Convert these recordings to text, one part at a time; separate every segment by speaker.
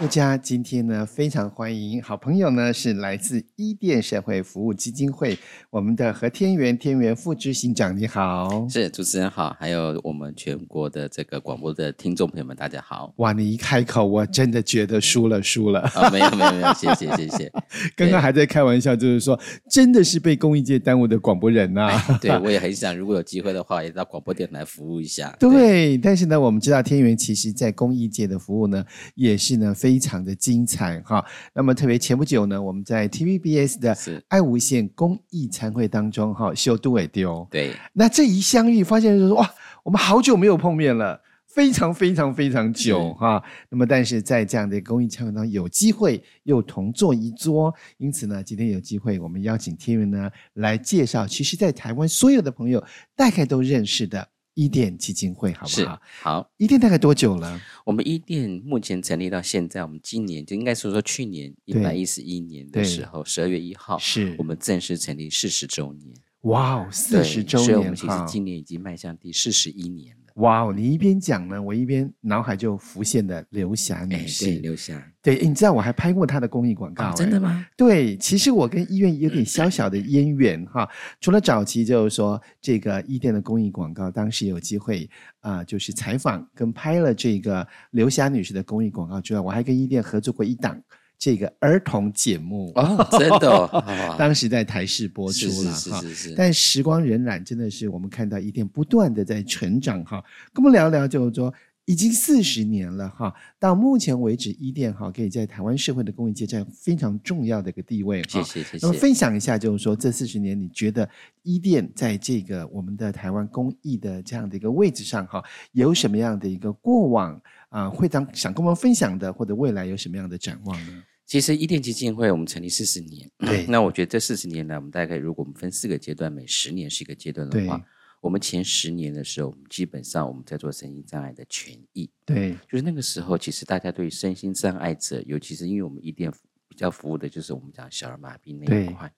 Speaker 1: 陆家今天呢非常欢迎好朋友呢是来自伊甸社会服务基金会，我们的何天元天元副执行长，你好。
Speaker 2: 是主持人好，还有我们全国的这个广播的听众朋友们，大家好。
Speaker 1: 哇，你一开口，我真的觉得输了，输了。
Speaker 2: 啊、没有没有没有，谢谢谢谢。
Speaker 1: 刚刚还在开玩笑，就是说，真的是被公益界耽误的广播人啊呐、
Speaker 2: 对我也很想，如果有机会的话，也到广播电台服务一下。
Speaker 1: 对，但是呢，我们知道天元其实在公益界的服务呢，也是呢非常的精彩哈。那么特别前不久呢，我们在 TVBS 的
Speaker 2: 是
Speaker 1: 爱无限公益参会当中哈，修杜伟丢，
Speaker 2: 对
Speaker 1: 那这一相遇，发现就是说哇，我们好久没有碰面了。非常非常非常久
Speaker 2: 是
Speaker 1: 哈、那么但是在这样的公益参会当中，有机会又同坐一桌，因此呢，今天有机会我们邀请天云呢来介绍，其实，在台湾所有的朋友大概都认识的伊甸基金会，好不
Speaker 2: 是
Speaker 1: 好？
Speaker 2: 好。
Speaker 1: 伊甸大概多久了？
Speaker 2: 我们一店目前成立到现在，我们今年就应该说说去年一
Speaker 1: 对
Speaker 2: 百一十一年的时候，十二月一号，
Speaker 1: 是
Speaker 2: 我们正式成立四十周年。
Speaker 1: 哇哦，四
Speaker 2: 对
Speaker 1: 十周
Speaker 2: 所以我
Speaker 1: 年
Speaker 2: 们其实
Speaker 1: 哈！
Speaker 2: 今年已经迈向第四十一年了。
Speaker 1: 哇哦，你一边讲呢，我一边脑海就浮现的刘霞
Speaker 2: 哎
Speaker 1: 女，
Speaker 2: 对，
Speaker 1: 士。
Speaker 2: 留下。
Speaker 1: 对，诶你知道我还拍过她的公益广告、
Speaker 2: 啊，真的
Speaker 1: 诶
Speaker 2: 吗？
Speaker 1: 对，其实我跟医院有点小小的渊源哈。除了早期就是说这个伊甸的公益广告，当时有机会啊、就是采访跟拍了这个刘霞女士的公益广告之外，我还跟伊甸合作过一档这个儿童节目，
Speaker 2: 哦，真的哦，哇
Speaker 1: 当时在台视播出
Speaker 2: 是
Speaker 1: 了
Speaker 2: 是
Speaker 1: 哈。
Speaker 2: 是是是。
Speaker 1: 但时光荏苒，真的是我们看到伊甸不断的在成长哈。跟我们聊聊，就是说已经四十年了哈，到目前为止，伊甸哈可以在台湾社会的公益界占非常重要的一个地位
Speaker 2: 谢
Speaker 1: 哈。
Speaker 2: 谢谢
Speaker 1: 那么
Speaker 2: 谢。
Speaker 1: 分享一下，就是说这四十年，你觉得伊甸在这个我们的台湾公益的这样的一个位置上哈，有什么样的一个过往啊、会当想跟我们分享的，或者未来有什么样的展望呢？
Speaker 2: 其实伊甸基金会我们成立四十年，
Speaker 1: 对
Speaker 2: 嗯那我觉得这四十年来，我们大概如果我们分四个阶段，每十年是一个阶段的
Speaker 1: 对
Speaker 2: 话，我们前十年的时候，我们基本上我们在做身心障碍的权益，
Speaker 1: 对，
Speaker 2: 就是那个时候，其实大家对于身心障碍者，尤其是因为我们伊甸比较服务的就是我们讲小儿麻痹那一
Speaker 1: 对
Speaker 2: 块，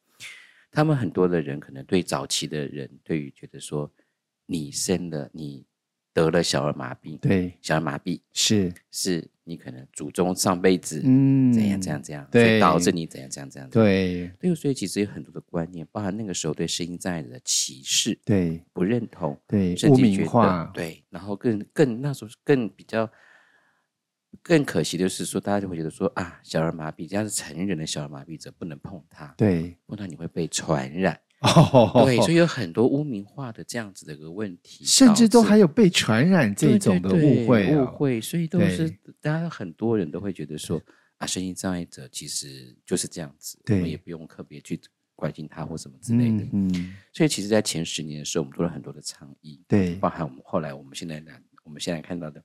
Speaker 2: 他们很多的人可能对早期的人，对于觉得说你生了你得了小儿麻痹，
Speaker 1: 对，
Speaker 2: 小儿麻痹
Speaker 1: 是，
Speaker 2: 是你可能祖宗上辈子
Speaker 1: 嗯
Speaker 2: 怎样怎样，怎样，
Speaker 1: 对
Speaker 2: 所以导致你怎样怎样怎样。怎样，
Speaker 1: 对，
Speaker 2: 对，所以其实有很多的观念，包含那个时候对声音障碍者的歧视、
Speaker 1: 对，
Speaker 2: 不认同，
Speaker 1: 对，
Speaker 2: 甚
Speaker 1: 污
Speaker 2: 至觉
Speaker 1: 名
Speaker 2: 得
Speaker 1: 化，
Speaker 2: 对，然后更更那时候更比较更可惜的是说，大家就会觉得说啊，小儿麻痹，这样是成人的小儿麻痹者不能碰它，
Speaker 1: 对，
Speaker 2: 碰它你会被传染。
Speaker 1: 哦
Speaker 2: 对，所以有很多污名化的这样子的一个问题，
Speaker 1: 甚至
Speaker 2: 导
Speaker 1: 都
Speaker 2: 致
Speaker 1: 还有被传染这
Speaker 2: 对
Speaker 1: 种的
Speaker 2: 对
Speaker 1: 误
Speaker 2: 对
Speaker 1: 会、啊哦
Speaker 2: 误，会，所以都是
Speaker 1: 对
Speaker 2: 大家很多人都会觉得说啊，身心障碍者其实就是这样子，我
Speaker 1: 对
Speaker 2: 们也不用特别去关心他或什么之类的。
Speaker 1: 嗯，
Speaker 2: 所以其实，在前十年的时候，我们做了很多的倡议，
Speaker 1: 对
Speaker 2: 包含我们后来我们现在呢，我们现在看到的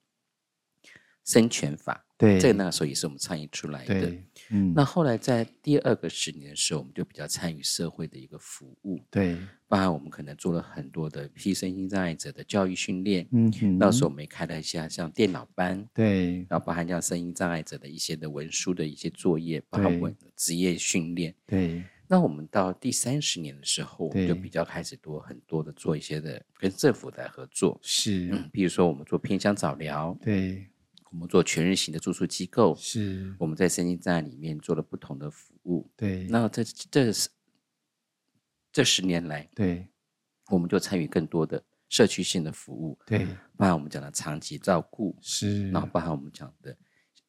Speaker 2: 生权法，
Speaker 1: 对，
Speaker 2: 这个那个时候也是我们倡议出来的。
Speaker 1: 对，嗯，
Speaker 2: 那后来在第二个十年的时候，我们就比较参与社会的一个服务，
Speaker 1: 对，
Speaker 2: 包含我们可能做了很多的替身心障碍者的教育训练，
Speaker 1: 嗯哼，
Speaker 2: 那时候我们也开了一下像电脑班，
Speaker 1: 对
Speaker 2: 然后包含像声音障碍者的一些的文书的一些作业，包
Speaker 1: 对
Speaker 2: 含文职业训练。
Speaker 1: 对
Speaker 2: 那我们到第三十年的时候，我们就
Speaker 1: 对
Speaker 2: 比较开始多很多的做一些的跟政府来合作，
Speaker 1: 是，
Speaker 2: 嗯，比如说我们做偏乡早疗，
Speaker 1: 对
Speaker 2: 我们做全日型的住宿机构，
Speaker 1: 是，
Speaker 2: 我们在身心障碍里面做了不同的服务。
Speaker 1: 对
Speaker 2: 那这这是这十年来，
Speaker 1: 对
Speaker 2: 我们就参与更多的社区性的服务，
Speaker 1: 对
Speaker 2: 包含我们讲的长期照顾，
Speaker 1: 是，
Speaker 2: 然后包含我们讲的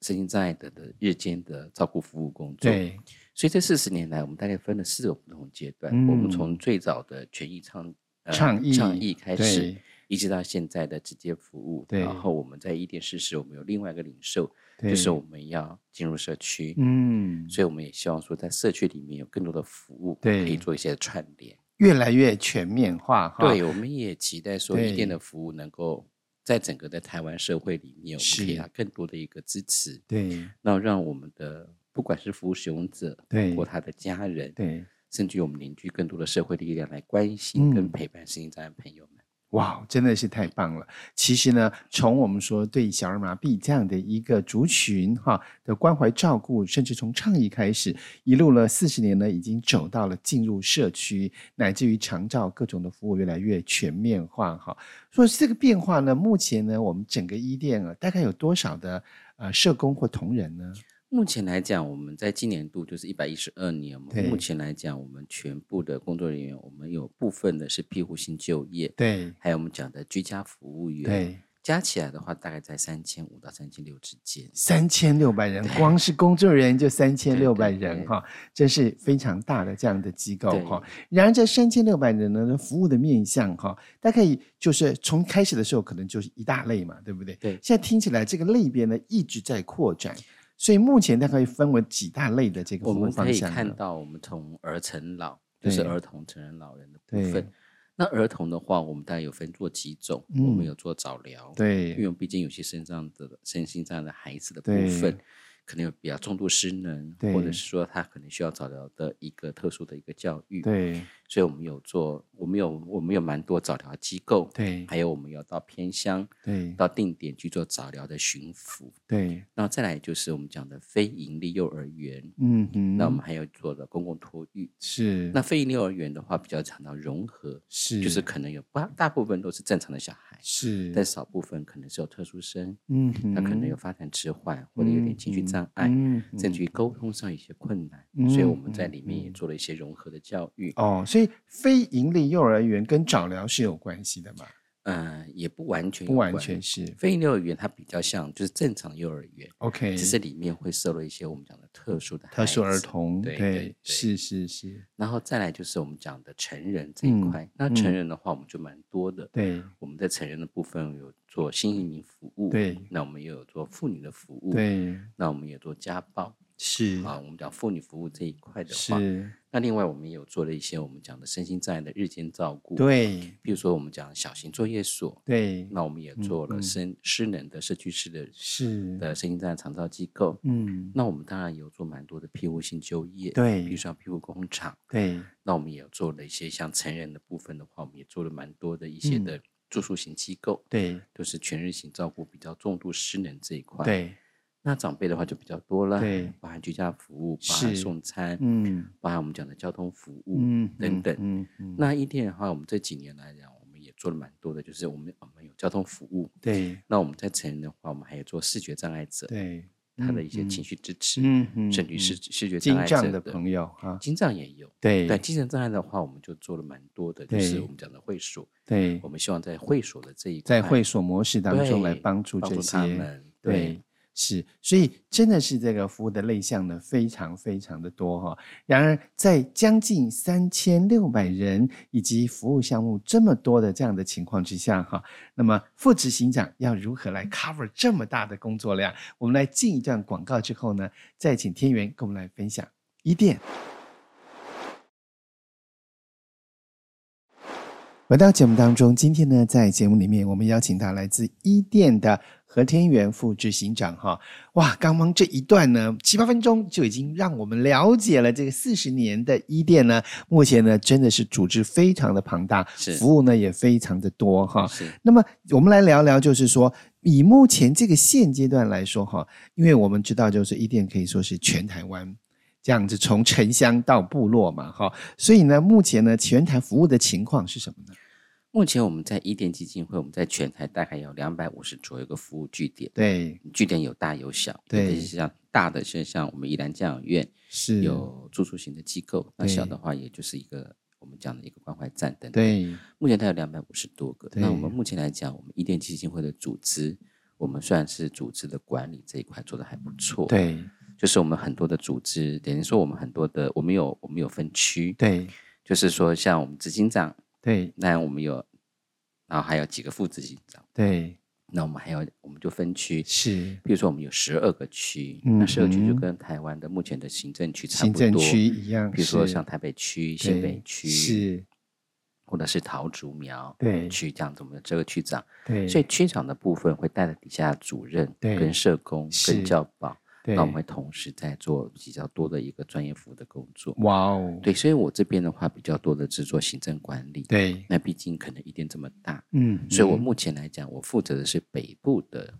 Speaker 2: 身心障碍者的日间的照顾服务工作。，
Speaker 1: 对
Speaker 2: 所以这四十年来，我们大概分了四个不同阶段。我
Speaker 1: 嗯
Speaker 2: 们从最早的权益倡、呃
Speaker 1: 倡议
Speaker 2: 倡议开始
Speaker 1: 对，
Speaker 2: 一直到现在的直接服务。
Speaker 1: 对
Speaker 2: 然后我们在一店实施，我们有另外一个零售，
Speaker 1: 对，
Speaker 2: 就是我们要进入社区。
Speaker 1: 嗯，
Speaker 2: 所以我们也希望说，在社区里面有更多的服务，
Speaker 1: 对
Speaker 2: 可以做一些串联。
Speaker 1: 越来越全面化哈，
Speaker 2: 对，我们也期待说，
Speaker 1: 对
Speaker 2: 一店的服务能够在整个的台湾社会里面，我们可
Speaker 1: 是
Speaker 2: 以给它更多的一个支持。
Speaker 1: 对
Speaker 2: 那让我们的不管是服务使用者
Speaker 1: 对
Speaker 2: 或他的家人，
Speaker 1: 对。
Speaker 2: 甚至于我们凝聚更多的社会力量来关心
Speaker 1: 嗯
Speaker 2: 跟陪伴身心障碍朋友们。
Speaker 1: 哇，真的是太棒了！其实呢，从我们说对小儿麻痹这样的一个族群哈的关怀照顾，甚至从倡议开始，一路了四十年呢，已经走到了进入社区，乃至于长照各种的服务越来越全面化哈。所以这个变化呢，目前呢，我们整个伊甸啊，大概有多少的呃社工或同仁呢？
Speaker 2: 目前来讲，我们在今年度就是一百一十二年嘛
Speaker 1: 对。
Speaker 2: 目前来讲，我们全部的工作人员，我们有部分的是庇护性就业，
Speaker 1: 对
Speaker 2: 还有我们讲的居家服务员，，
Speaker 1: 对，
Speaker 2: 加起来的话，大概在三千五到三千六之间。
Speaker 1: 三千六百人，
Speaker 2: 对
Speaker 1: 光是工作人员就三千六百
Speaker 2: 对对
Speaker 1: 人
Speaker 2: 对
Speaker 1: 哈，真是非常大的这样的机构
Speaker 2: 对
Speaker 1: 哈。然而这三千六百人呢，服务的面向哈，大概就是从开始的时候可能就是一大类嘛，对不对？
Speaker 2: 对
Speaker 1: 现在听起来这个类别呢一直在扩展，所以目前大概分为几大类的这个
Speaker 2: 我
Speaker 1: 服务
Speaker 2: 们可
Speaker 1: 方
Speaker 2: 以
Speaker 1: 向呢。
Speaker 2: 看到，我们从儿成老，就是
Speaker 1: 对
Speaker 2: 儿童、成人、老人的部
Speaker 1: 对
Speaker 2: 分。那儿童的话，我们大概有分做几种，我
Speaker 1: 嗯
Speaker 2: 们有做早疗，因
Speaker 1: 对
Speaker 2: 为毕竟有些身上的身心上的孩子的部
Speaker 1: 对
Speaker 2: 分，可能有比较重度失能，
Speaker 1: 对
Speaker 2: 或者是说他可能需要早疗的一个特殊的一个教育。，
Speaker 1: 对
Speaker 2: 所以我们有做，我们有我们有蛮多早疗机构，
Speaker 1: 对
Speaker 2: 还有我们有到偏乡、
Speaker 1: 对
Speaker 2: 到定点去做早疗的巡抚，
Speaker 1: 对，
Speaker 2: 然后再来就是我们讲的非营利幼儿园，
Speaker 1: 嗯哼，
Speaker 2: 那我们还有做的公共托育。
Speaker 1: 是
Speaker 2: 那非营利幼儿园的话，比较强调融合，
Speaker 1: 是
Speaker 2: 就是可能有大大部分都是正常的小孩，
Speaker 1: 是，
Speaker 2: 但少部分可能是有特殊生，
Speaker 1: 嗯哼，
Speaker 2: 他可能有发展迟缓，或者有点情绪障碍，
Speaker 1: 嗯哼
Speaker 2: 甚至于沟通上有些困难，所以我们在
Speaker 1: 嗯
Speaker 2: 里面也
Speaker 1: 嗯
Speaker 2: 做了一些融合的教育。
Speaker 1: 哦，所以非盈利幼儿园跟早疗是有关系的嘛？
Speaker 2: 嗯、也不完全
Speaker 1: 不
Speaker 2: 有
Speaker 1: 完
Speaker 2: 关
Speaker 1: 全是
Speaker 2: 非营利幼儿园，它比较像就是正常幼儿园，
Speaker 1: ，OK，
Speaker 2: 只是里面会设了一些我们讲的特殊的
Speaker 1: 特殊
Speaker 2: 孩
Speaker 1: 儿
Speaker 2: 子。
Speaker 1: 童，
Speaker 2: 对对对
Speaker 1: 是是是，
Speaker 2: 然后再来就是我们讲的成人这一
Speaker 1: 嗯
Speaker 2: 块，那成人的话我们就蛮多的。
Speaker 1: 对
Speaker 2: 我们在成人的部分有做新移民服务，
Speaker 1: 对
Speaker 2: 那我们也有做妇女的服务，，
Speaker 1: 对
Speaker 2: 那我们也做家暴
Speaker 1: 是
Speaker 2: 啊。我们讲妇女服务这一块的话，
Speaker 1: 是，
Speaker 2: 那另外我们也有做了一些我们讲的身心障碍的日间照顾，，
Speaker 1: 对
Speaker 2: 比如说我们讲小型作业所，
Speaker 1: 对
Speaker 2: 那我们也做
Speaker 1: 嗯
Speaker 2: 了
Speaker 1: 嗯
Speaker 2: 身失能的社区式的
Speaker 1: 是，
Speaker 2: 的身心障碍长照机构，
Speaker 1: 嗯
Speaker 2: 那我们当然有做蛮多的庇护性就业，，比
Speaker 1: 对
Speaker 2: 如说像庇护工厂，
Speaker 1: 对
Speaker 2: 那我们也有做了一些像成人的部分的话，我们也做了蛮多的一些
Speaker 1: 嗯
Speaker 2: 的住宿型机构，
Speaker 1: 对
Speaker 2: 就是全日型照顾比较重度失能这一块，，
Speaker 1: 对，
Speaker 2: 那长辈的话就比较多了，
Speaker 1: 对
Speaker 2: 包含居家服务，包含
Speaker 1: 是
Speaker 2: 送餐，
Speaker 1: 嗯
Speaker 2: 包含我们讲的交通服务，
Speaker 1: 嗯
Speaker 2: 等等
Speaker 1: 嗯嗯，
Speaker 2: 那一店的话，我们这几年来讲，我们也做了蛮多的，就是我们我们有交通服务。
Speaker 1: 对
Speaker 2: 那我们在成人的话，我们还有做视觉障碍者
Speaker 1: 对，
Speaker 2: 他的
Speaker 1: 嗯
Speaker 2: 一些情
Speaker 1: 嗯
Speaker 2: 绪支持，
Speaker 1: 嗯嗯
Speaker 2: 甚至于视
Speaker 1: 嗯
Speaker 2: 视觉障
Speaker 1: 精
Speaker 2: 碍
Speaker 1: 障
Speaker 2: 者
Speaker 1: 的朋友啊，
Speaker 2: 精障也有。
Speaker 1: 对
Speaker 2: 对精神障碍的话，我们就做了蛮多的，就是
Speaker 1: 对
Speaker 2: 我们讲的会所，
Speaker 1: 对
Speaker 2: 我，们希望在会所的这一
Speaker 1: 在
Speaker 2: 块
Speaker 1: 会所模式当中来
Speaker 2: 对
Speaker 1: 帮助
Speaker 2: 帮
Speaker 1: 这
Speaker 2: 助他
Speaker 1: 些。
Speaker 2: 们，
Speaker 1: 对，是，所以真的是这个服务的类项呢，非常非常的多哈、然而，在将近三千六百人以及服务项目这么多的这样的情况之下哈、那么副执行长要如何来 cover 这么大的工作量？我们来进一段广告之后呢，再请天元跟我们来分享一店。回到节目当中，今天呢，在节目里面，我们邀请到来自一店的何天元副执行长哈。哇，刚刚这一段呢，七八分钟就已经让我们了解了这个四十年的一店呢，目前呢真的是组织非常的庞大，
Speaker 2: 是
Speaker 1: 服务呢也非常的多哈。
Speaker 2: 是
Speaker 1: 那么我们来聊聊，就是说，以目前这个现阶段来说，哈，因为我们知道，就是一店可以说是全台湾这样子，从城乡到部落嘛，哈，所以呢，目前呢，全台服务的情况是什么呢？
Speaker 2: 目前我们在一店基金会，我们在全台大概有两百五十左右个服务据点，
Speaker 1: 对，
Speaker 2: 据点有大有小，
Speaker 1: 对
Speaker 2: 有的是像大的是像我们宜兰教养院
Speaker 1: 是，
Speaker 2: 有住宿型的机构，那
Speaker 1: 对
Speaker 2: 小的话也就是一个我们讲的一个关怀站等等。
Speaker 1: 对，
Speaker 2: 目前它有两百五十多个。
Speaker 1: 对
Speaker 2: 那我们目前来讲，我们一店基金会的组织，我们算是组织的管理这一块做的还不错。，
Speaker 1: 对，
Speaker 2: 就是我们很多的组织，等于说我们很多的，我们有我们有分区，
Speaker 1: 对，
Speaker 2: 就是说像我们执行长，
Speaker 1: 对，
Speaker 2: 那我们有，然后还有几个副执行长，
Speaker 1: 对，
Speaker 2: 那我们还有我们就分区。
Speaker 1: 是
Speaker 2: 比如说，我们有十二个区，
Speaker 1: 嗯
Speaker 2: 那十二区就
Speaker 1: 哼
Speaker 2: 跟台湾的目前的行政区差
Speaker 1: 行
Speaker 2: 不多。
Speaker 1: 政区一样，
Speaker 2: 比如说
Speaker 1: 是
Speaker 2: 像台北
Speaker 1: 对
Speaker 2: 区、新北区，
Speaker 1: 是，
Speaker 2: 或者是桃竹苗
Speaker 1: 对
Speaker 2: 区这样子，我们的这个区长。
Speaker 1: 对，
Speaker 2: 所以区长的部分会带着底下的主任、
Speaker 1: 对
Speaker 2: 跟社工、
Speaker 1: 是
Speaker 2: 跟教保，
Speaker 1: 对
Speaker 2: 那我们会同时在做比较多的一个专业服务的工作。
Speaker 1: 哇哦，
Speaker 2: 对，所以我这边的话比较多的制作行政管理。
Speaker 1: 对，
Speaker 2: 那毕竟可能一店这么大，
Speaker 1: 嗯，
Speaker 2: 所以我
Speaker 1: 嗯
Speaker 2: 目前来讲，我负责的是北部的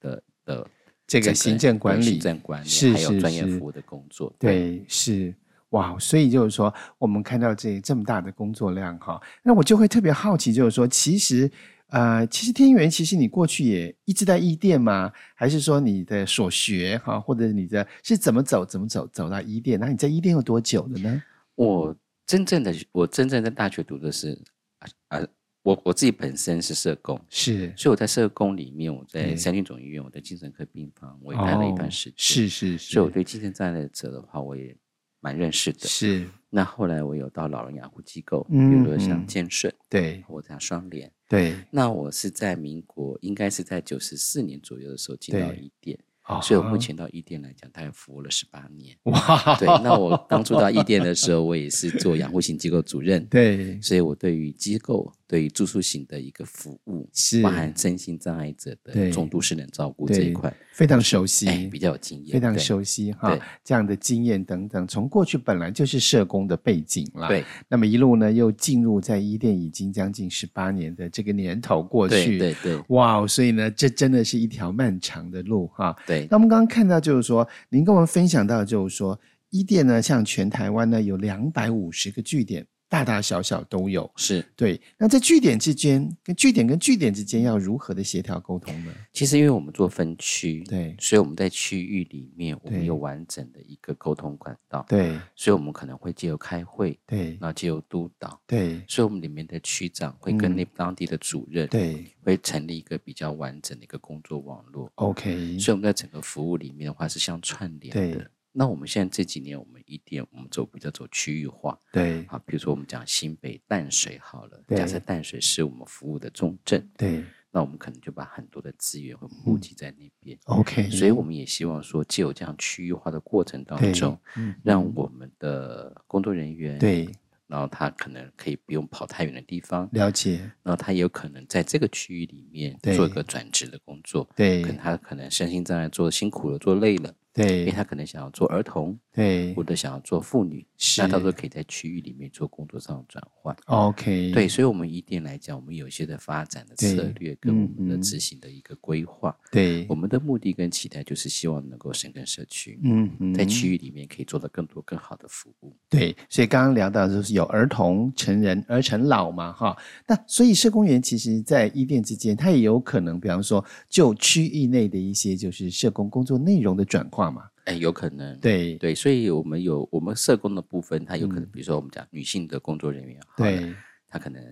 Speaker 2: 的的
Speaker 1: 这
Speaker 2: 整
Speaker 1: 个
Speaker 2: 个
Speaker 1: 行政管
Speaker 2: 对
Speaker 1: 理
Speaker 2: 行，政管理
Speaker 1: 是
Speaker 2: 还有
Speaker 1: 是
Speaker 2: 专业
Speaker 1: 是
Speaker 2: 服务的工作。
Speaker 1: 对，是哇，所以就是说，我们看到这这么大的工作量哈，那我就会特别好奇，就是说，其实呃，其实天元，其实你过去也一直在医店吗？还是说你的所学哈，或者你的是怎么走，怎么走走到医店？那你在医店有多久的呢？
Speaker 2: 我真正的我真正在大学读的是啊啊，我我自己本身是社工，
Speaker 1: 是
Speaker 2: 所以我在社工里面，我在
Speaker 1: 对
Speaker 2: 三军总医院，我在精神科病房，我也待了一段时间，
Speaker 1: 哦是是是，
Speaker 2: 所以我对精神障碍者的话，我也蛮认识的。
Speaker 1: 是
Speaker 2: 那后来我有到老人养护机构，比
Speaker 1: 嗯
Speaker 2: 如说像
Speaker 1: 嗯
Speaker 2: 建顺，
Speaker 1: 对
Speaker 2: 我在双联。
Speaker 1: 对
Speaker 2: 那我是在民国，应该是在九十四年左右的时候进到
Speaker 1: 对
Speaker 2: 一店，
Speaker 1: 哦
Speaker 2: 所以我目前到一 E 店来讲，大概服务了十八年。
Speaker 1: 哇，
Speaker 2: 对，那 我当初到一 E 店的时候，我也是做养护型机构主任，
Speaker 1: 对
Speaker 2: 所以我对于机构、对于住宿型的一个服务，
Speaker 1: 是
Speaker 2: 包含身心障碍者
Speaker 1: 对
Speaker 2: 的重度失能照顾这
Speaker 1: 对
Speaker 2: 一块，
Speaker 1: 非常熟悉，
Speaker 2: 哎，比较有经验，
Speaker 1: 非常
Speaker 2: 对
Speaker 1: 熟悉哈
Speaker 2: 对，
Speaker 1: 这样的经验等等，从过去本来就是社工的背景啦，
Speaker 2: 对
Speaker 1: 那么一路呢，又进入在伊甸已经将近十八年的这个年头过去，
Speaker 2: 对对对
Speaker 1: 哇，哦所以呢，这真的是一条漫长的路哈。
Speaker 2: 对
Speaker 1: 那我们刚刚看到就是说，您跟我们分享到就是说，伊甸呢，像全台湾呢有两百五十个据点，大大小小都有。
Speaker 2: 是。
Speaker 1: 对，那在据点之间，跟据点跟据点之间要如何的协调沟通呢？
Speaker 2: 其实因为我们做分区，
Speaker 1: 对
Speaker 2: 所以我们在区域里面我们
Speaker 1: 对
Speaker 2: 有完整的一个沟通管道，
Speaker 1: 对
Speaker 2: 所以我们可能会借由开会，
Speaker 1: 对
Speaker 2: 然后借由督导，
Speaker 1: 对
Speaker 2: 所以我们里面的区长会跟那当地的主任，，
Speaker 1: 嗯对
Speaker 2: 会成立一个比较完整的一个工作网络。
Speaker 1: ，OK，
Speaker 2: 所以我们在整个服务里面的话是相串联
Speaker 1: 嗯对
Speaker 2: 的。那我们现在这几年，我们一点我们走比较走区域化
Speaker 1: 对
Speaker 2: 啊，比如说我们讲新北淡水好了，
Speaker 1: 对
Speaker 2: 假设淡水是我们服务的重镇，
Speaker 1: 对
Speaker 2: 那我们可能就把很多的资源会募集在那边。
Speaker 1: ，OK，
Speaker 2: 所以我们也希望说，借由这样区域化的过程当
Speaker 1: 对
Speaker 2: 中，
Speaker 1: 嗯
Speaker 2: 让我们的工作人员，
Speaker 1: 对
Speaker 2: 然后他可能可以不用跑太远的地方，
Speaker 1: 了解，
Speaker 2: 然后他也有可能在这个区域里面
Speaker 1: 对
Speaker 2: 做一个转职的工作，
Speaker 1: 对
Speaker 2: 可能他可能身心障碍做辛苦了，做累了，因为
Speaker 1: 对
Speaker 2: 他可能想要做儿童
Speaker 1: 对
Speaker 2: 或者想要做妇女，
Speaker 1: 是
Speaker 2: 那他都可以在区域里面做工作上的转换。
Speaker 1: ，OK，
Speaker 2: 对，所以，我们一店来讲，我们有一些的发展的策
Speaker 1: 对
Speaker 2: 略跟我
Speaker 1: 嗯
Speaker 2: 们的
Speaker 1: 嗯
Speaker 2: 执行的一个规划，
Speaker 1: 对
Speaker 2: 我，们的目的跟期待就是希望能够深耕社区，
Speaker 1: 嗯嗯
Speaker 2: 在区域里面可以做到更多更好的服务。
Speaker 1: 对，所以刚刚聊到就是有儿童、成人、儿成老嘛，哈。那所以社工员其实，在医店之间，它也有可能，比方说就区域内的一些就是社工工作内容的转化嘛。
Speaker 2: 哎，有可能，
Speaker 1: 对
Speaker 2: 对，所以我们有我们社工的部分，它有可能，
Speaker 1: 嗯
Speaker 2: 比如说我们讲女性的工作人员，，
Speaker 1: 对
Speaker 2: 她可能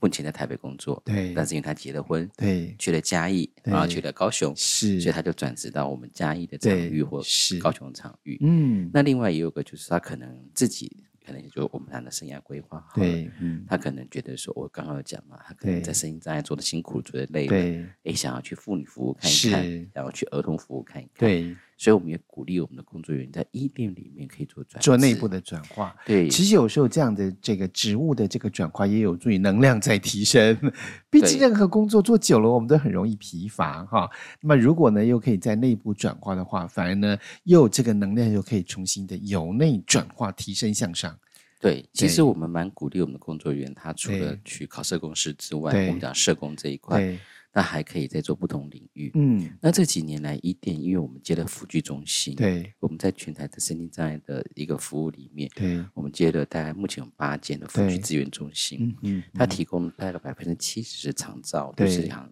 Speaker 2: 目前在台北工作，
Speaker 1: 对
Speaker 2: 但是因为她结了婚，
Speaker 1: 对
Speaker 2: 去了嘉义，
Speaker 1: 对
Speaker 2: 然后去了高雄，
Speaker 1: 是，
Speaker 2: 所以她就转职到我们嘉义的场
Speaker 1: 对
Speaker 2: 域或
Speaker 1: 是
Speaker 2: 高雄场域。
Speaker 1: 嗯，
Speaker 2: 那另外也有个就是她可能自己可能就我们谈的生涯规划好了，
Speaker 1: 对嗯
Speaker 2: 她可能觉得说，我刚刚有讲嘛，她可能
Speaker 1: 对
Speaker 2: 在身心障碍做的辛苦，做的累了，
Speaker 1: 对
Speaker 2: 也想要去妇女服务看一看
Speaker 1: 是，
Speaker 2: 然后去儿童服务看一看。，
Speaker 1: 对，
Speaker 2: 所以我们也鼓励我们的工作人员在医店里面可以做转
Speaker 1: 做内部
Speaker 2: 的
Speaker 1: 的转化。
Speaker 2: 对，
Speaker 1: 其实有时候这样的这个职务的这个转化也有助于能量在提升， 毕竟任何工作做久了，我们都很容易疲乏哈。那么如果呢又可以在内部转化的话，反而呢又有这个能量又可以重新的由内转化提升向上。
Speaker 2: 对，其实我们蛮鼓励我们的工作人员，他除了
Speaker 1: 对
Speaker 2: 去考社工师之外，
Speaker 1: 对
Speaker 2: 我们讲社工这一块，
Speaker 1: 对，
Speaker 2: 那还可以再做不同领域。
Speaker 1: 嗯，
Speaker 2: 那这几年来，医店因为我们接了辅具中心，，
Speaker 1: 对
Speaker 2: 我们在全台的身心障碍的一个服务里面，
Speaker 1: 对，
Speaker 2: 我们接了大概目前有八间的辅
Speaker 1: 对
Speaker 2: 具资源中心，
Speaker 1: 嗯嗯
Speaker 2: 它提供大概百分之七十是长照，就
Speaker 1: 对
Speaker 2: 是长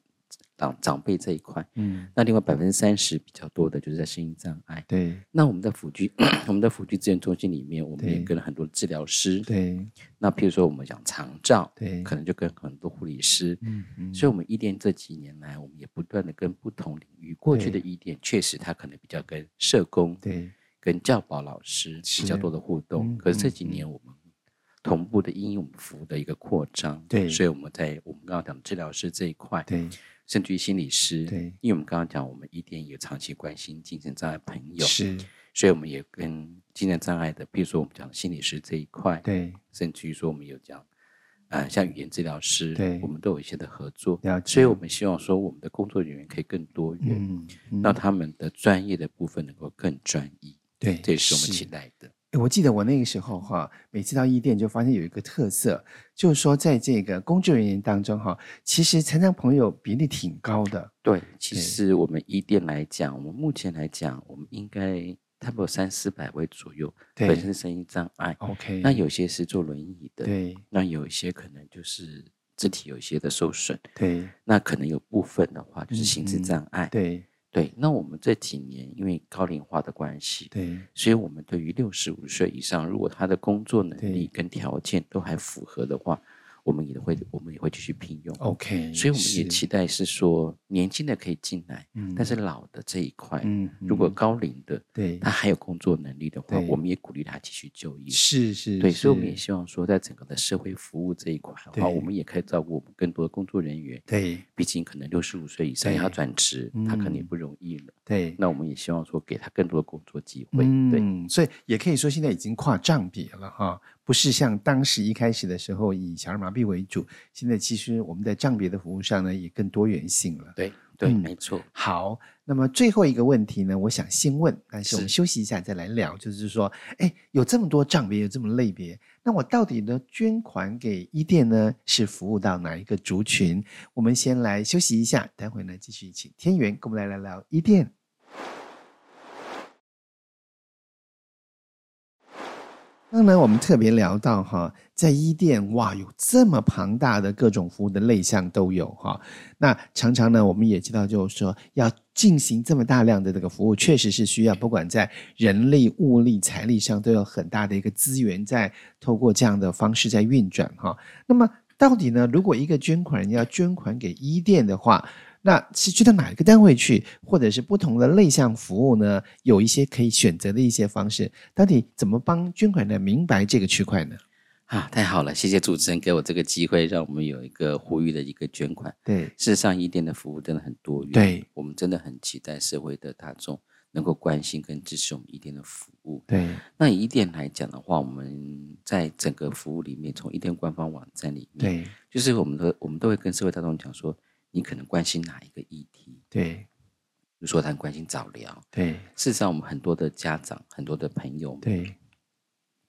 Speaker 2: 长长辈这一块，
Speaker 1: 嗯，
Speaker 2: 那另外百分之三十比较多的就是在身心障碍。
Speaker 1: 对
Speaker 2: 那我们在辅具，我们在辅具资源中心里面，我们也
Speaker 1: 对
Speaker 2: 跟了很多治疗师。
Speaker 1: 对
Speaker 2: 那譬如说，我们讲长照，
Speaker 1: 对，
Speaker 2: 可能就跟很多护理师。
Speaker 1: 嗯嗯
Speaker 2: 所以，我们医 E 店这几年来，我们也不断的跟不同领域。过去的医店确实，它可能比较跟社工、
Speaker 1: 对
Speaker 2: 跟教保老师比较
Speaker 1: 是
Speaker 2: 多的互动。
Speaker 1: 嗯
Speaker 2: 可是这
Speaker 1: 嗯
Speaker 2: 几年，我们同步的应用服务的一个扩张。
Speaker 1: 对
Speaker 2: 所以我们在我们刚刚讲的治疗师这一块，
Speaker 1: 对
Speaker 2: 甚至于心理师，
Speaker 1: 对
Speaker 2: 因为我们刚刚讲，我们一店也长期关心精神障碍朋友，
Speaker 1: 是，
Speaker 2: 所以我们也跟精神障碍的，比如说我们讲的心理师这一块，，
Speaker 1: 对
Speaker 2: 甚至于说我们有讲，呃，像语言治疗师，
Speaker 1: 对
Speaker 2: 我们都有一些的合作，
Speaker 1: 了解
Speaker 2: 所以我们希望说我们的工作人员可以更多元，
Speaker 1: 嗯，
Speaker 2: 让他们的专业的部分能够更专一，
Speaker 1: 对，
Speaker 2: 这也是我们期待的。
Speaker 1: 诶我记得我那个时候哈、每次到一店就发现有一个特色，就是说在这个工作人员当中哈、其实残障朋友比例挺高的。
Speaker 2: 对，其
Speaker 1: 对
Speaker 2: 实我们一店来讲，我们目前来讲，我们应该差不多三四百位左右，
Speaker 1: 对
Speaker 2: 本身是声音障碍。
Speaker 1: OK，
Speaker 2: 那有些是坐轮椅的，
Speaker 1: 对
Speaker 2: 那有一些可能就是肢体有一些的受损，
Speaker 1: 对
Speaker 2: 那可能有部分的话就是心
Speaker 1: 嗯
Speaker 2: 智
Speaker 1: 嗯
Speaker 2: 障碍。
Speaker 1: 对
Speaker 2: 对，那我们这几年因为高龄化的关系，
Speaker 1: 对
Speaker 2: 所以我们对于六十五岁以上，如果他的工作能
Speaker 1: 对
Speaker 2: 力跟条件都还符合的话，我们也会我们也会继续聘用。
Speaker 1: ，OK，
Speaker 2: 所以我们也
Speaker 1: 哦是
Speaker 2: 期待是说，年轻的可以进来，
Speaker 1: 嗯
Speaker 2: 但是老的这一块，
Speaker 1: 嗯，
Speaker 2: 如果
Speaker 1: 嗯
Speaker 2: 高龄的
Speaker 1: 对
Speaker 2: 他还有工作能力的话，
Speaker 1: 对
Speaker 2: 我们也鼓励他继续就业。
Speaker 1: 是是，
Speaker 2: 对，所以我们也
Speaker 1: 是
Speaker 2: 希望说，在整个的社会服务这一块的话，
Speaker 1: 对
Speaker 2: 我们也可以照顾我们更多的工作人员。
Speaker 1: 对
Speaker 2: 毕竟可能六十五岁以上
Speaker 1: 对
Speaker 2: 要转职，他可能也
Speaker 1: 嗯
Speaker 2: 不容易了。
Speaker 1: 对。
Speaker 2: 那我们也希望说，给他更多的工作机会。对，
Speaker 1: 嗯，所以也可以说现在已经跨账别了哈，不是像当时一开始的时候以小儿麻痹为主，现在其实我们在账别的服务上呢也更多元性了。
Speaker 2: 对，对，
Speaker 1: 嗯
Speaker 2: 没错。
Speaker 1: 好，那么最后一个问题呢，我想先问，但是我们
Speaker 2: 是
Speaker 1: 休息一下再来聊，就是说，哎，有这么多账别，有这么类别，那我到底呢捐款给伊甸呢是服务到哪一个族群？我们先来休息一下，待会呢继续请天元跟我们来聊聊伊甸。刚才我们特别聊到哈，在伊甸哇，有这么庞大的各种服务的类项都有哈。那常常呢，我们也知道，就是说要进行这么大量的这个服务，确实是需要不管在人力、物力、财力上都有很大的一个资源在透过这样的方式在运转哈。那么到底呢，如果一个捐款人要捐款给伊甸的话，那是去到哪一个单位去，或者是不同的类项服务呢？有一些可以选择的一些方式，到底怎么帮捐款人明白这个区块呢？
Speaker 2: 啊，太好了！谢谢主持人给我这个机会，让我们有一个呼吁的一个捐款。
Speaker 1: 对
Speaker 2: 事实上，一店的服务真的很多元，
Speaker 1: 对
Speaker 2: 我们真的很期待社会的大众能够关心跟支持我们一店的服务。
Speaker 1: 对
Speaker 2: 那以一店来讲的话，我们在整个服务里面，从一店官方网站里面，
Speaker 1: 对
Speaker 2: 就是我们都我们都会跟社会大众讲说，你可能关心哪一个议题，
Speaker 1: 对
Speaker 2: 比如说他很关心早疗。
Speaker 1: 对
Speaker 2: 事实上，我们很多的家长、很多的朋友，
Speaker 1: 对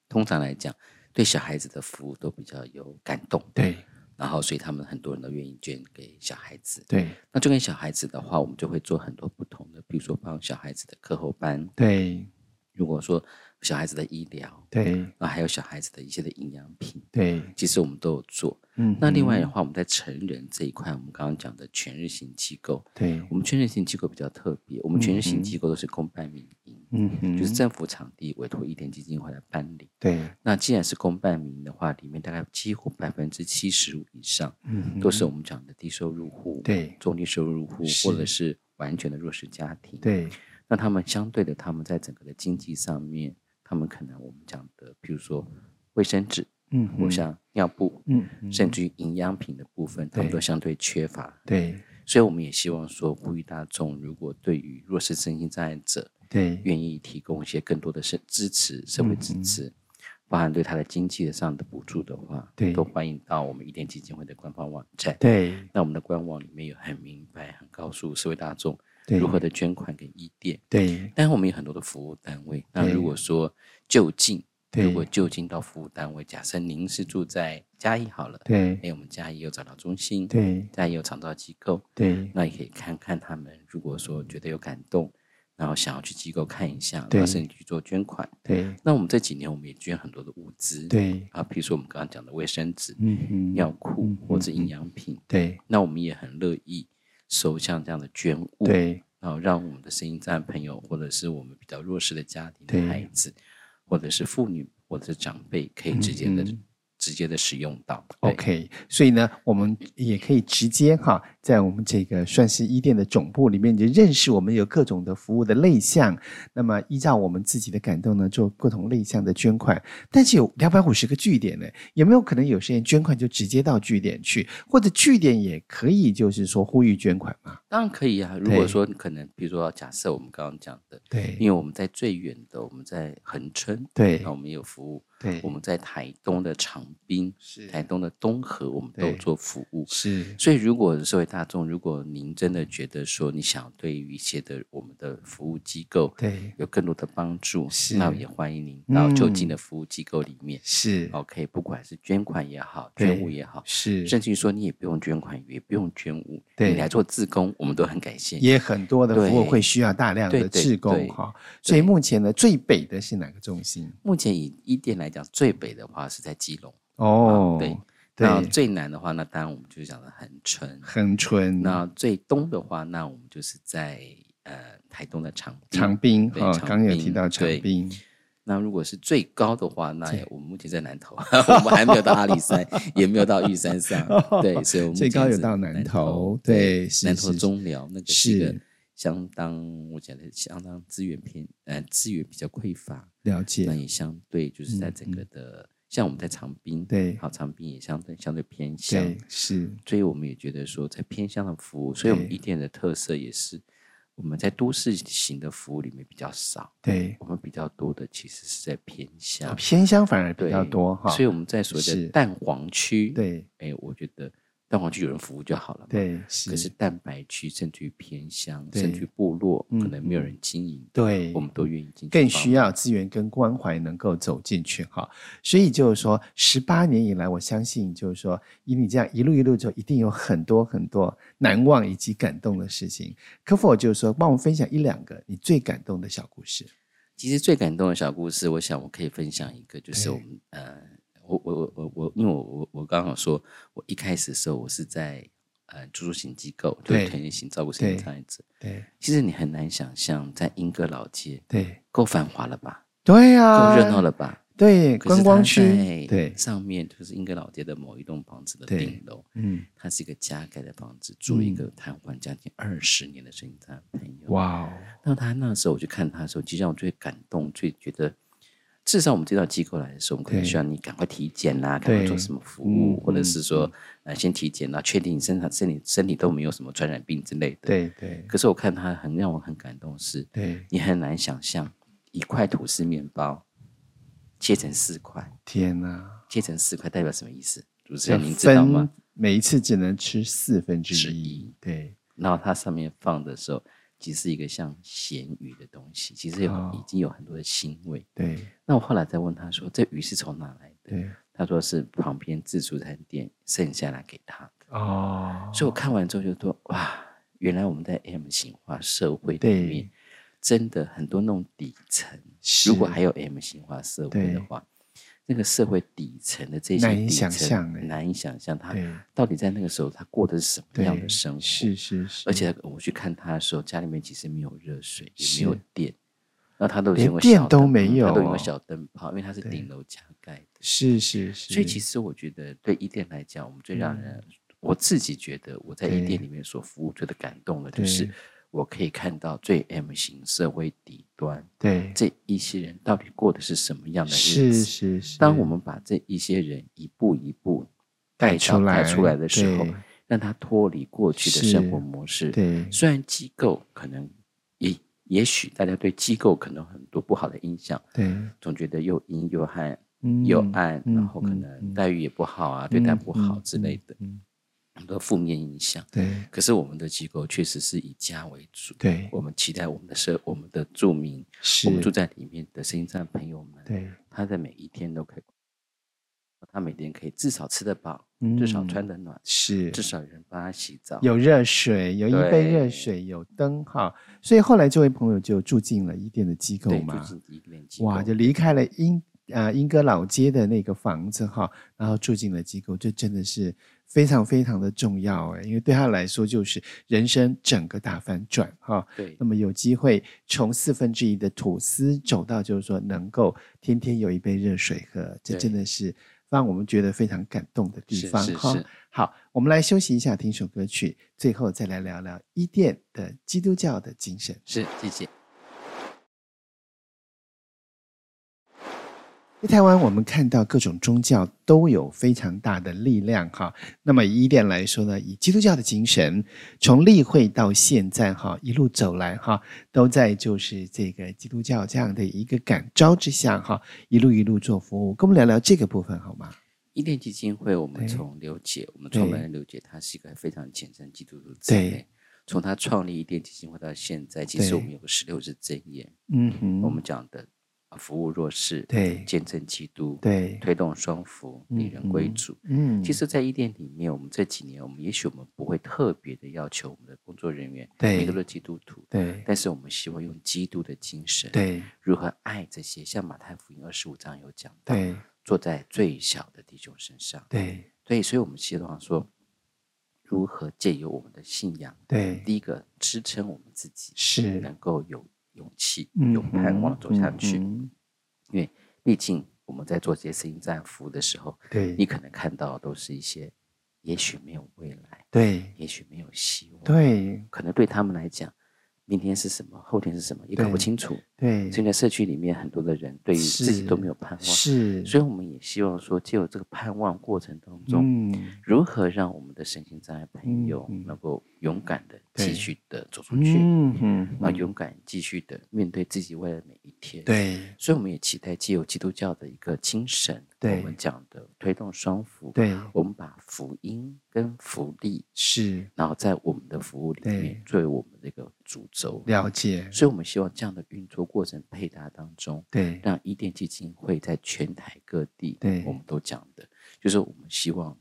Speaker 2: 通常来讲，对小孩子的服务都比较有感动。
Speaker 1: 对
Speaker 2: 然后所以他们很多人都愿意捐给小孩子。
Speaker 1: 对
Speaker 2: 那捐给小孩子的话，我们就会做很多不同的，比如说帮小孩子的课后班，
Speaker 1: 对
Speaker 2: 如果说小孩子的医疗，
Speaker 1: 对
Speaker 2: 啊，还有小孩子的一些的营养品，
Speaker 1: 对，
Speaker 2: 其实我们都有做。
Speaker 1: 嗯
Speaker 2: 那另
Speaker 1: 哼
Speaker 2: 外的话，我们在成人这一块，我们刚刚讲的全日型机构，
Speaker 1: 对，
Speaker 2: 我们全日型机构比较特别，我们全日型机构都是公办民营，
Speaker 1: 嗯哼，
Speaker 2: 就是政府场地委托一点基金会来办理。
Speaker 1: 对，
Speaker 2: 那既然是公办民营的话，里面大概几乎百分之七十五以上
Speaker 1: 嗯
Speaker 2: 都是我们讲的低收入户、
Speaker 1: 对
Speaker 2: 中低收入户
Speaker 1: 是
Speaker 2: 或者是完全的弱势家庭。，
Speaker 1: 对
Speaker 2: 那他们相对的，他们在整个的经济上面，他们可能我们讲的，比如说卫生纸，
Speaker 1: 嗯
Speaker 2: 或
Speaker 1: 哼
Speaker 2: 像尿布，
Speaker 1: 嗯哼
Speaker 2: 甚至于营养品的部分，他们
Speaker 1: 对
Speaker 2: 都相对缺乏。
Speaker 1: 对
Speaker 2: 所以我们也希望说，呼吁大众，如果对于弱势身心障碍者，
Speaker 1: 对
Speaker 2: 愿意提供一些更多的社支持，社会支
Speaker 1: 嗯
Speaker 2: 持，包含对他的经济上的补助的话，
Speaker 1: 对
Speaker 2: 都欢迎到我们一点基金会的官方网站。
Speaker 1: 对
Speaker 2: 那我们的官网里面有很明白、很告诉社会大众
Speaker 1: 对
Speaker 2: 如何的捐款给一店，
Speaker 1: 对
Speaker 2: 但我们有很多的服务单位。那
Speaker 1: 对
Speaker 2: 如果说就近，
Speaker 1: 对
Speaker 2: 如果就近到服务单位，假设您是住在嘉义好了，
Speaker 1: 对
Speaker 2: 哎，我们嘉义有长照中心，
Speaker 1: 对
Speaker 2: 嘉义有长照机构，
Speaker 1: 对
Speaker 2: 那也可以看看他们，如果说觉得有感动，然后想要去机构看一下，
Speaker 1: 对
Speaker 2: 然后甚至去做捐款。
Speaker 1: 对
Speaker 2: 那我们这几年我们也捐很多的物资，
Speaker 1: 对，
Speaker 2: 啊，比如说我们刚刚讲的卫生纸、
Speaker 1: 嗯哼，
Speaker 2: 尿裤
Speaker 1: 嗯嗯
Speaker 2: 或者营养品，
Speaker 1: 对
Speaker 2: 那我们也很乐意收像这样的捐物，
Speaker 1: 对
Speaker 2: 然后让我们的声音站朋友，或者是我们比较弱势的家庭
Speaker 1: 对
Speaker 2: 的孩子，或者是妇女或者是长辈，可以直接的、
Speaker 1: 嗯
Speaker 2: 直接的使用到。对
Speaker 1: OK，所以呢，我们也可以直接哈，在我们这个算是一店的总部里面，你就认识我们有各种的服务的类项。那么依照我们自己的感动呢，做各种类项的捐款。但是有两百五十个据点呢，有没有可能有些人捐款就直接到据点去，或者据点也可以就是说呼吁捐款嘛？
Speaker 2: 当然可以啊。如果说可能，比如说假设我们刚刚讲的，因
Speaker 1: 对
Speaker 2: 为我们在最远的，我们在恒春，
Speaker 1: 对
Speaker 2: 那我们也有服务；
Speaker 1: 对
Speaker 2: 我们在台东的长滨、
Speaker 1: 是
Speaker 2: 台东的东河，我们都
Speaker 1: 对
Speaker 2: 有做服务。
Speaker 1: 是
Speaker 2: 所以，如果社会大众，如果您真的觉得说你想对于一些的我们的服务机构
Speaker 1: 对
Speaker 2: 有更多的帮助
Speaker 1: 是，
Speaker 2: 那也欢迎您到就
Speaker 1: 嗯
Speaker 2: 近的服务机构里面。
Speaker 1: 是
Speaker 2: OK，不管是捐款也好，
Speaker 1: 对
Speaker 2: 捐物也好，
Speaker 1: 是
Speaker 2: 甚至于说你也不用捐款，也不用捐物，
Speaker 1: 对
Speaker 2: 你来做自工，我们都很感谢。
Speaker 1: 也很多的服务
Speaker 2: 对
Speaker 1: 会需要大量的
Speaker 2: 对对
Speaker 1: 志工
Speaker 2: 对
Speaker 1: 哈，所以目前呢，最北的是哪个中心？
Speaker 2: 目前以一店来讲，最北的话是在基隆，
Speaker 1: 哦，
Speaker 2: 啊对，
Speaker 1: 对嗯
Speaker 2: 那最南的话，那当然我们就是讲的恒春。
Speaker 1: 恒春、
Speaker 2: 那最东的话，那我们就是在呃台东的长滨
Speaker 1: 长滨
Speaker 2: 嗯对
Speaker 1: 哈，
Speaker 2: 长
Speaker 1: 刚刚有
Speaker 2: 滨
Speaker 1: 提到长
Speaker 2: 对
Speaker 1: 滨，。
Speaker 2: 那如果是最高的话，那也我们目前在南投， 我们还没有到阿里山，也没有到玉山上对， 所以我们目
Speaker 1: 最
Speaker 2: 前
Speaker 1: 高有
Speaker 2: 是
Speaker 1: 到南投对是
Speaker 2: 南投
Speaker 1: 是
Speaker 2: 中寮那个是一个
Speaker 1: 是
Speaker 2: 相当，我觉得相当资源偏，呃，资源比较匮乏，
Speaker 1: 了
Speaker 2: 那
Speaker 1: 解，
Speaker 2: 也相对就是在整个的，像我们在长滨，
Speaker 1: 嗯对
Speaker 2: 好，长滨也相对相对偏乡，
Speaker 1: 对是，
Speaker 2: 所以我们也觉得说，在偏向的服务，所以我们
Speaker 1: 对
Speaker 2: 一店的特色也是我们在都市型的服务里面比较少，
Speaker 1: 对，哦
Speaker 2: 我们比较多的其实是在偏向，
Speaker 1: 偏乡反而比
Speaker 2: 对
Speaker 1: 较多哈，
Speaker 2: 所以我们在所谓
Speaker 1: 是
Speaker 2: 的蛋黄区，，
Speaker 1: 对
Speaker 2: 哎，我觉得蛋黄区有人服务就好了嘛，
Speaker 1: 对
Speaker 2: 可是
Speaker 1: 是，
Speaker 2: 蛋白区甚至于偏乡，
Speaker 1: 对
Speaker 2: 甚至于部落，
Speaker 1: 嗯
Speaker 2: 可能没有人经营，
Speaker 1: 对
Speaker 2: 我，们都愿意进去
Speaker 1: 更
Speaker 2: 帮
Speaker 1: 需要资源跟关怀能够走进去哈。所以就是说，十八年以来，我相信就是说，以你这样一路一路走，一定有很多很多难忘以及感动的事情。可否就是说，帮我们分享一两个你最感动的小故事？
Speaker 2: 其实最感动的小故事，我想我可以分享一个，就是
Speaker 1: 对
Speaker 2: 我们呃，我我我我我，因为我我我刚好说，我一开始的时候我是在呃住宿型机构，就
Speaker 1: 对
Speaker 2: 是推荐型照顾身
Speaker 1: 对
Speaker 2: 心障碍者。
Speaker 1: 对
Speaker 2: 其实你很难想象，在英歌老街
Speaker 1: 对
Speaker 2: 够繁华了吧，
Speaker 1: 对
Speaker 2: 够
Speaker 1: 啊，
Speaker 2: 热闹了吧？
Speaker 1: 对
Speaker 2: 可是
Speaker 1: 观光
Speaker 2: 它
Speaker 1: 区
Speaker 2: 在
Speaker 1: 对
Speaker 2: 上面就是英歌老街的某一栋房子的
Speaker 1: 对
Speaker 2: 顶楼，
Speaker 1: 嗯
Speaker 2: 它是一个加盖的房子，住了一
Speaker 1: 嗯
Speaker 2: 个瘫痪将近二十年的身心障碍朋友。
Speaker 1: 哇哦
Speaker 2: 那他那时候我去看他的时候，其实让我最感动，最觉得，至少我们这到机构来的时候，我们可能
Speaker 1: 对
Speaker 2: 需要你赶快体检啦、赶
Speaker 1: 对
Speaker 2: 快做什么服务，
Speaker 1: 嗯
Speaker 2: 或者
Speaker 1: 嗯
Speaker 2: 是说，呃，先体检啦、确定你身上身体身体都没有什么传染病之类的。。
Speaker 1: 对对
Speaker 2: 可是我看他很让我很感动的是，
Speaker 1: 对
Speaker 2: 你很难想象一块吐司面包切成四块，
Speaker 1: 天哪！
Speaker 2: 切成四块代表什么意思？主持
Speaker 1: 要
Speaker 2: 人您知道
Speaker 1: 分
Speaker 2: 吗？
Speaker 1: 每一次只能吃四分之
Speaker 2: 之
Speaker 1: 一
Speaker 2: 一，
Speaker 1: 对
Speaker 2: 然后它上面放的时候，其实是一个像咸鱼的东西，其实有、
Speaker 1: 哦
Speaker 2: 已经有很多的腥味。
Speaker 1: 对
Speaker 2: 那我后来再问他说，这鱼是从哪来的？
Speaker 1: 对
Speaker 2: 他说是旁边自助餐店剩下来给他的。
Speaker 1: 哦，
Speaker 2: 所以我看完之后就说，哇，原来我们在 M 型化社会里
Speaker 1: 对
Speaker 2: 面，真的很多那种底层，
Speaker 1: 是
Speaker 2: 如果还有 M 型化社会
Speaker 1: 对
Speaker 2: 的话，那个社会底层的这些
Speaker 1: 难以
Speaker 2: 底
Speaker 1: 想
Speaker 2: 层
Speaker 1: 象欸
Speaker 2: 难以想象他
Speaker 1: 对
Speaker 2: 到底在那个时候他过的是什么
Speaker 1: 对
Speaker 2: 样的生活。
Speaker 1: 是是是，
Speaker 2: 而且我去看他的时候，家里面其实没有热水，
Speaker 1: 是
Speaker 2: 也没有电，那他都
Speaker 1: 连
Speaker 2: 用个
Speaker 1: 电
Speaker 2: 小
Speaker 1: 都
Speaker 2: 灯
Speaker 1: 没
Speaker 2: 泡他都用
Speaker 1: 有
Speaker 2: 个小灯泡，因为它是
Speaker 1: 对
Speaker 2: 顶楼加盖的。
Speaker 1: 是是是，嗯
Speaker 2: 所以其实我觉得，对一店来讲，我们最让人、我自己觉得我在
Speaker 1: 对
Speaker 2: 一店里面所服务最的感动的，就
Speaker 1: 对
Speaker 2: 是我可以看到最 M 型社会底端
Speaker 1: 对
Speaker 2: 这一些人到底过的是什么样的日
Speaker 1: 是
Speaker 2: 子。
Speaker 1: 是是，
Speaker 2: 当我们把这一些人一步一步带
Speaker 1: 出
Speaker 2: 到带
Speaker 1: 来
Speaker 2: 出来的时候
Speaker 1: 对，
Speaker 2: 让他脱离过去的
Speaker 1: 是
Speaker 2: 生活模式，
Speaker 1: 对
Speaker 2: 虽然机构可能也也许大家对机构可能很多不好的印象，
Speaker 1: 对
Speaker 2: 总觉得又阴又暗
Speaker 1: 嗯
Speaker 2: 又暗，
Speaker 1: 嗯
Speaker 2: 然后可
Speaker 1: 嗯
Speaker 2: 能
Speaker 1: 嗯
Speaker 2: 待遇也不好啊，对待
Speaker 1: 嗯
Speaker 2: 不好
Speaker 1: 嗯
Speaker 2: 之类的，
Speaker 1: 嗯嗯
Speaker 2: 很多负面影响。
Speaker 1: 对
Speaker 2: 可是我们的机构确实是以家为主，
Speaker 1: 对
Speaker 2: 我们期待我们的社我们的住民，
Speaker 1: 是
Speaker 2: 我们住在里面的身心障碍朋友们，
Speaker 1: 对
Speaker 2: 他在每一天都可以，他每天可以至少吃得饱，至少
Speaker 1: 嗯
Speaker 2: 穿得暖，
Speaker 1: 是
Speaker 2: 至少有人帮他洗澡，
Speaker 1: 有热水，有一杯热
Speaker 2: 对
Speaker 1: 水，有灯哈，所以后来这位朋友就住进了伊甸的机构
Speaker 2: 对，
Speaker 1: 嘛，
Speaker 2: 住进一个机构，
Speaker 1: 哇，就离开了英啊英歌老街的那个房子哈，然后住进了机构，这真的是非常非常的重要哎，因为对他来说就是人生整个大反转哈。
Speaker 2: 对
Speaker 1: 那么有机会从四分之一的吐司走到，就是说能够天天有一杯热水喝，这
Speaker 2: 对
Speaker 1: 真的是让我们觉得非常感动的地
Speaker 2: 是
Speaker 1: 方
Speaker 2: 是
Speaker 1: 哈。
Speaker 2: 是
Speaker 1: 好，我们来休息一下，听首歌曲，最后再来聊聊伊甸的基督教的精神。
Speaker 2: 是，谢谢。
Speaker 1: 在台湾，我们看到各种宗教都有非常大的力量哈。那么以伊甸来说呢，以基督教的精神，从立会到现在哈，一路走来哈，都在就是这个基督教这样的一个感召之下哈，一路一路做服务。跟我们聊聊这个部分好吗？
Speaker 2: 伊甸基金会，我们
Speaker 1: 对
Speaker 2: 从刘姐，我们
Speaker 1: 对
Speaker 2: 创办人刘姐，她是一个非常虔诚基督徒姊妹
Speaker 1: 对。
Speaker 2: 从她创立伊甸基金会到现在，其
Speaker 1: 对
Speaker 2: 实我们有个十六字箴言，
Speaker 1: 嗯哼，
Speaker 2: 我们讲的啊服务弱势，
Speaker 1: 对
Speaker 2: 见证基督，
Speaker 1: 对
Speaker 2: 推动双福，
Speaker 1: 嗯
Speaker 2: 令人归
Speaker 1: 嗯
Speaker 2: 主。
Speaker 1: 嗯，
Speaker 2: 其实，在伊甸里面，我们这几年，我们也许我们不会特别的要求我们的工作人员，
Speaker 1: 对
Speaker 2: 每个都是基督徒，
Speaker 1: 对
Speaker 2: 但是我们希望用基督的精神，，
Speaker 1: 对
Speaker 2: 如何爱这些，像马太福音二十五章有讲到，
Speaker 1: 对
Speaker 2: 坐在最小的弟兄身上，
Speaker 1: 对
Speaker 2: 对，所以我们其实都想说，如何借由我们的信仰，
Speaker 1: 对，
Speaker 2: 第一个支撑我们自己，
Speaker 1: 是
Speaker 2: 能够有勇气、
Speaker 1: 嗯
Speaker 2: 有盼望
Speaker 1: 哼
Speaker 2: 走下
Speaker 1: 嗯
Speaker 2: 去。
Speaker 1: 哼
Speaker 2: 毕竟我们在做这些事情、站服务的时候，你
Speaker 1: 对，
Speaker 2: 可能看到的都是一些，也许没有未来，
Speaker 1: 对，
Speaker 2: 也许没有希望，，
Speaker 1: 对，
Speaker 2: 可能对他们来讲，明天是什么，后天是什么，也搞不
Speaker 1: 对
Speaker 2: 清楚。所以
Speaker 1: 对，
Speaker 2: 在社区里面，很多的人对于自己都没有盼望，
Speaker 1: 是，
Speaker 2: 所以我们也希望说，借由这个盼望过程当中，
Speaker 1: 嗯，
Speaker 2: 如何让我们的身心障碍朋友
Speaker 1: 嗯嗯
Speaker 2: 能够勇敢的
Speaker 1: 对
Speaker 2: 继续的走出去，
Speaker 1: 嗯嗯
Speaker 2: 啊，
Speaker 1: 嗯，
Speaker 2: 勇敢继续的面对自己未来的每一天。，
Speaker 1: 对，
Speaker 2: 所以我们也期待借由基督教的一个精神，
Speaker 1: 对
Speaker 2: 我们讲的推动双福，，
Speaker 1: 对，
Speaker 2: 我们把福音跟福利，
Speaker 1: 是
Speaker 2: 然后在我们的服务里面
Speaker 1: 对
Speaker 2: 作为我们的一个主轴。
Speaker 1: 了解，
Speaker 2: 所以，我们希望这样的运作过程配搭当中，
Speaker 1: 对，
Speaker 2: 让伊甸基金会在全台各地，
Speaker 1: 对
Speaker 2: 我们都讲的，就是我们希望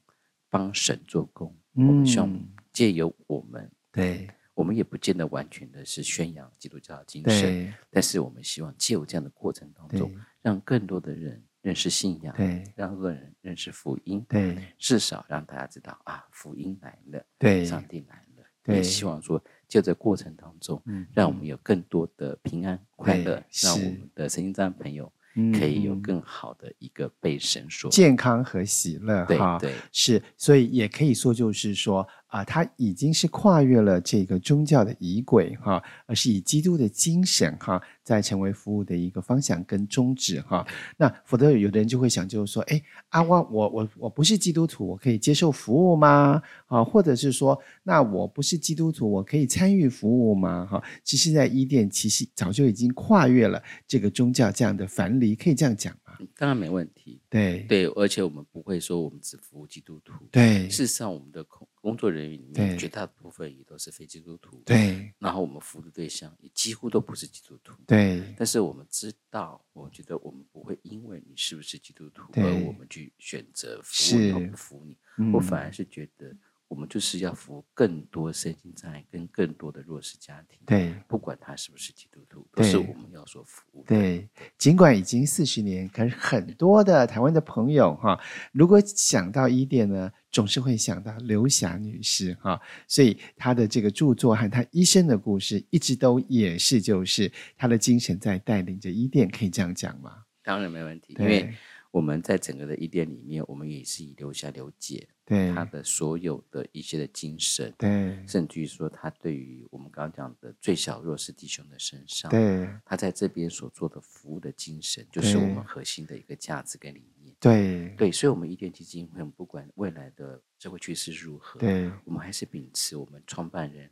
Speaker 2: 帮神做工，我们希望
Speaker 1: 嗯
Speaker 2: 借由我们，
Speaker 1: 对，
Speaker 2: 我们也不见得完全的是宣扬基督教的精神，
Speaker 1: 对，
Speaker 2: 但是我们希望借由这样的过程当中
Speaker 1: 对，，
Speaker 2: 让更多的人认识信仰，
Speaker 1: 对，
Speaker 2: 让更多的人认识福音，
Speaker 1: 对，
Speaker 2: 至少让大家知道啊，福音来了，
Speaker 1: 对，
Speaker 2: 上帝来了。
Speaker 1: 对
Speaker 2: 也希望说，借着过程当中，
Speaker 1: 嗯
Speaker 2: 让我们有更多的平安快
Speaker 1: 对
Speaker 2: 乐，让我
Speaker 1: 是
Speaker 2: 们的身心障碍朋友
Speaker 1: 嗯
Speaker 2: 可以有
Speaker 1: 嗯
Speaker 2: 更好的一个被神说。
Speaker 1: 健康和喜乐，
Speaker 2: 对
Speaker 1: 哈，
Speaker 2: 对
Speaker 1: 是，所以也可以说，就是说啊，它已经是跨越了这个宗教的仪轨哈，而是以基督的精神哈，在成为服务的一个方向跟宗旨哈。那否则有的人就会想，就是说，哎，啊，我我我我不是基督徒，我可以接受服务吗？啊，或者是说，那我不是基督徒，我可以参与服务吗？哈，其实，在伊甸其实早就已经跨越了这个宗教这样的樊篱，可以这样讲吗？
Speaker 2: 当然没问题，
Speaker 1: 对
Speaker 2: 对，而且我们不会说我们只服务基督徒。
Speaker 1: 对
Speaker 2: 事实上，我们的工工作人员里面
Speaker 1: 对
Speaker 2: 绝大部分也都是非基督徒。，
Speaker 1: 对
Speaker 2: 然后我们服务的对象也几乎都不是基督徒。
Speaker 1: 对
Speaker 2: 但是我们知道，我觉得我们不会因为你是不是基督徒
Speaker 1: 对
Speaker 2: 而我们去选择服务你或
Speaker 1: 是
Speaker 2: 不服务你，
Speaker 1: 嗯
Speaker 2: 我反而是觉得我们就是要服务更多身心障碍跟更多的弱势家庭，
Speaker 1: 对
Speaker 2: 不管他是不是基督徒，都是
Speaker 1: 对
Speaker 2: 我们要所服务的。
Speaker 1: 对，尽管已经四十年，可是很多的台湾的朋友哈，如果想到伊甸呢，总是会想到刘霞女士哈，所以她的这个著作和她一生的故事，一直都也是就是她的精神在带领着伊甸，可以这样讲吗？
Speaker 2: 当然没问题，因为
Speaker 1: 对
Speaker 2: 我们在整个的一店里面，我们也是以留下刘姐
Speaker 1: 对
Speaker 2: 她的所有的一些的精神，
Speaker 1: 对
Speaker 2: 甚至于说她对于我们刚刚讲的最小弱势弟兄的身上，
Speaker 1: 对
Speaker 2: 他在这边所做的服务的精神，就是我
Speaker 1: 对
Speaker 2: 们核心的一个价值跟理念。
Speaker 1: 对
Speaker 2: 对，所以，我们一甸基金会，我们不管未来的社会趋势如何，
Speaker 1: 对
Speaker 2: 我们还是秉持我们创办人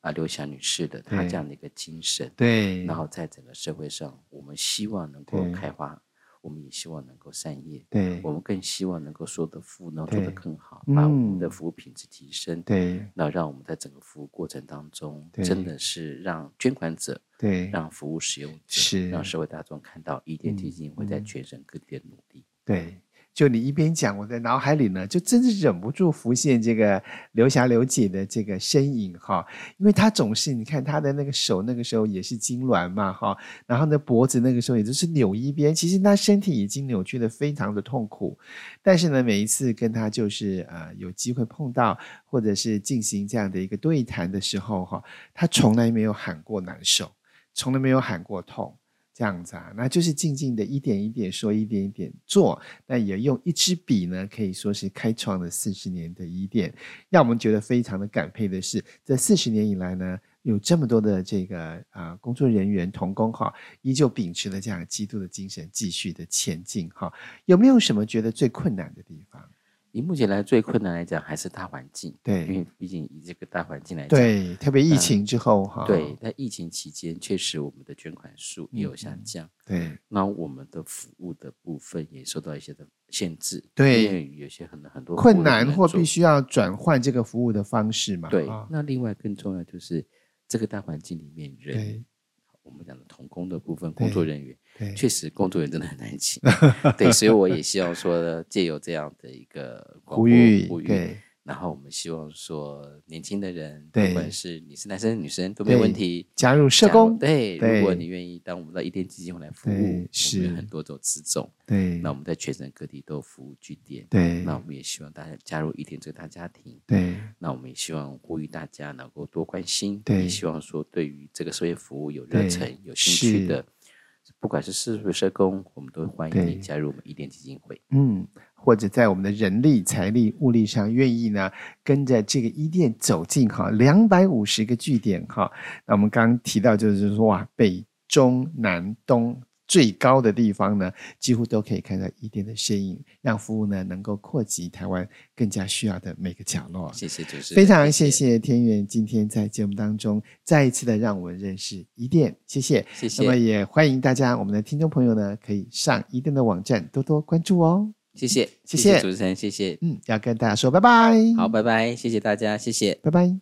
Speaker 2: 啊刘霞女士的她
Speaker 1: 对
Speaker 2: 这样的一个精神，
Speaker 1: 对，
Speaker 2: 然后在整个社会上，我们希望能够
Speaker 1: 对
Speaker 2: 开花，我们也希望能够善业，
Speaker 1: 对
Speaker 2: 我们更希望能够说的服务能够做得
Speaker 1: 对
Speaker 2: 更好，把我们的
Speaker 1: 嗯
Speaker 2: 服务品质提升，
Speaker 1: 对
Speaker 2: 那让我们在整个服务过程当中，
Speaker 1: 对
Speaker 2: 真的是让捐款者
Speaker 1: 对
Speaker 2: 让服务使用者，
Speaker 1: 是
Speaker 2: 让社会大众看到伊甸基金会在
Speaker 1: 嗯
Speaker 2: 全省各地的努力。
Speaker 1: 对，就你一边讲，我的脑海里呢，就真是忍不住浮现这个刘霞刘姐的这个身影哈，因为她总是你看她的那个手，那个时候也是痉挛嘛哈，然后呢脖子那个时候也就是扭一边，其实她身体已经扭曲的非常的痛苦，但是呢每一次跟她就是呃有机会碰到或者是进行这样的一个对谈的时候哈，她从来没有喊过难受，从来没有喊过痛。这样子啊，那就是静静的一点一点说，一点一点做，那也用一支笔呢，可以说是开创了四十年的伊甸，让我们觉得非常的感佩的是，这四十年以来呢，有这么多的这个啊、呃工作人员童工哈，依旧秉持了这样基督的精神，继续的前进哈。有没有什么觉得最困难的地方？
Speaker 2: 以目前来最困难来讲，还是大环境，因
Speaker 1: 对
Speaker 2: 为毕竟以这个大环境来讲，
Speaker 1: 对，特别疫情之后哈，
Speaker 2: 嗯对，在疫情期间，确实我们的捐款数也有下
Speaker 1: 嗯
Speaker 2: 降，
Speaker 1: 对
Speaker 2: 那我们的服务的部分也受到一些的限制，
Speaker 1: 对
Speaker 2: 因为有些很多很多服务
Speaker 1: 困
Speaker 2: 都不
Speaker 1: 难
Speaker 2: 能
Speaker 1: 或
Speaker 2: 做
Speaker 1: 必须要转换这个服务的方式嘛？
Speaker 2: 对
Speaker 1: 啊。
Speaker 2: 那另外更重要就是这个大环境里面人
Speaker 1: 对，
Speaker 2: 我们讲的童工的部分工作人员。
Speaker 1: 对
Speaker 2: 确实，工作人员真的很 难请，对，所以我也希望说，借由这样的一个广
Speaker 1: 呼
Speaker 2: 播
Speaker 1: 吁
Speaker 2: 呼吁，
Speaker 1: 对
Speaker 2: 然后我们希望说，年轻的人，
Speaker 1: 对
Speaker 2: 不管是你是男生女生都没问题。
Speaker 1: 加入社
Speaker 2: 假如
Speaker 1: 工，
Speaker 2: 对，
Speaker 1: 对
Speaker 2: 如果你愿意当我们的一店基金会来服务，
Speaker 1: 对
Speaker 2: 我们
Speaker 1: 是
Speaker 2: 有很多种职种，
Speaker 1: 对
Speaker 2: 那我们在全省各地都有服务据点。
Speaker 1: 对
Speaker 2: 那我们也希望大家加入一店这个大家庭。
Speaker 1: 对
Speaker 2: 那我们也希望呼吁大家能够多关心，
Speaker 1: 对
Speaker 2: 也希望说对于这个社会服务有
Speaker 1: 对
Speaker 2: 热忱、有兴
Speaker 1: 是
Speaker 2: 趣的，不管是是不是社工，我们都欢迎
Speaker 1: 对
Speaker 2: 你加入我们一店基金会。
Speaker 1: 嗯，或者在我们的人力、财力、物力上，愿意呢跟着这个一店走进哈两百五十个据点哈。那我们刚刚提到就是说哇，北中南东。最高的地方呢，几乎都可以看到一店的身影，让服务呢能够扩及台湾更加需要的每个角落。
Speaker 2: 谢谢主持人，
Speaker 1: 非常谢，谢天元今天在节目当中再一次的让我们认识一店，谢谢。
Speaker 2: 谢
Speaker 1: 那么
Speaker 2: 谢，
Speaker 1: 也欢迎大家我们的听众朋友呢，可以上一店的网站多多关注哦。
Speaker 2: 谢谢，
Speaker 1: 谢
Speaker 2: 谢
Speaker 1: 谢
Speaker 2: 主持人，谢谢，
Speaker 1: 嗯，要跟大家说拜拜，
Speaker 2: 好，，拜拜，谢谢大家，谢谢。
Speaker 1: 拜拜。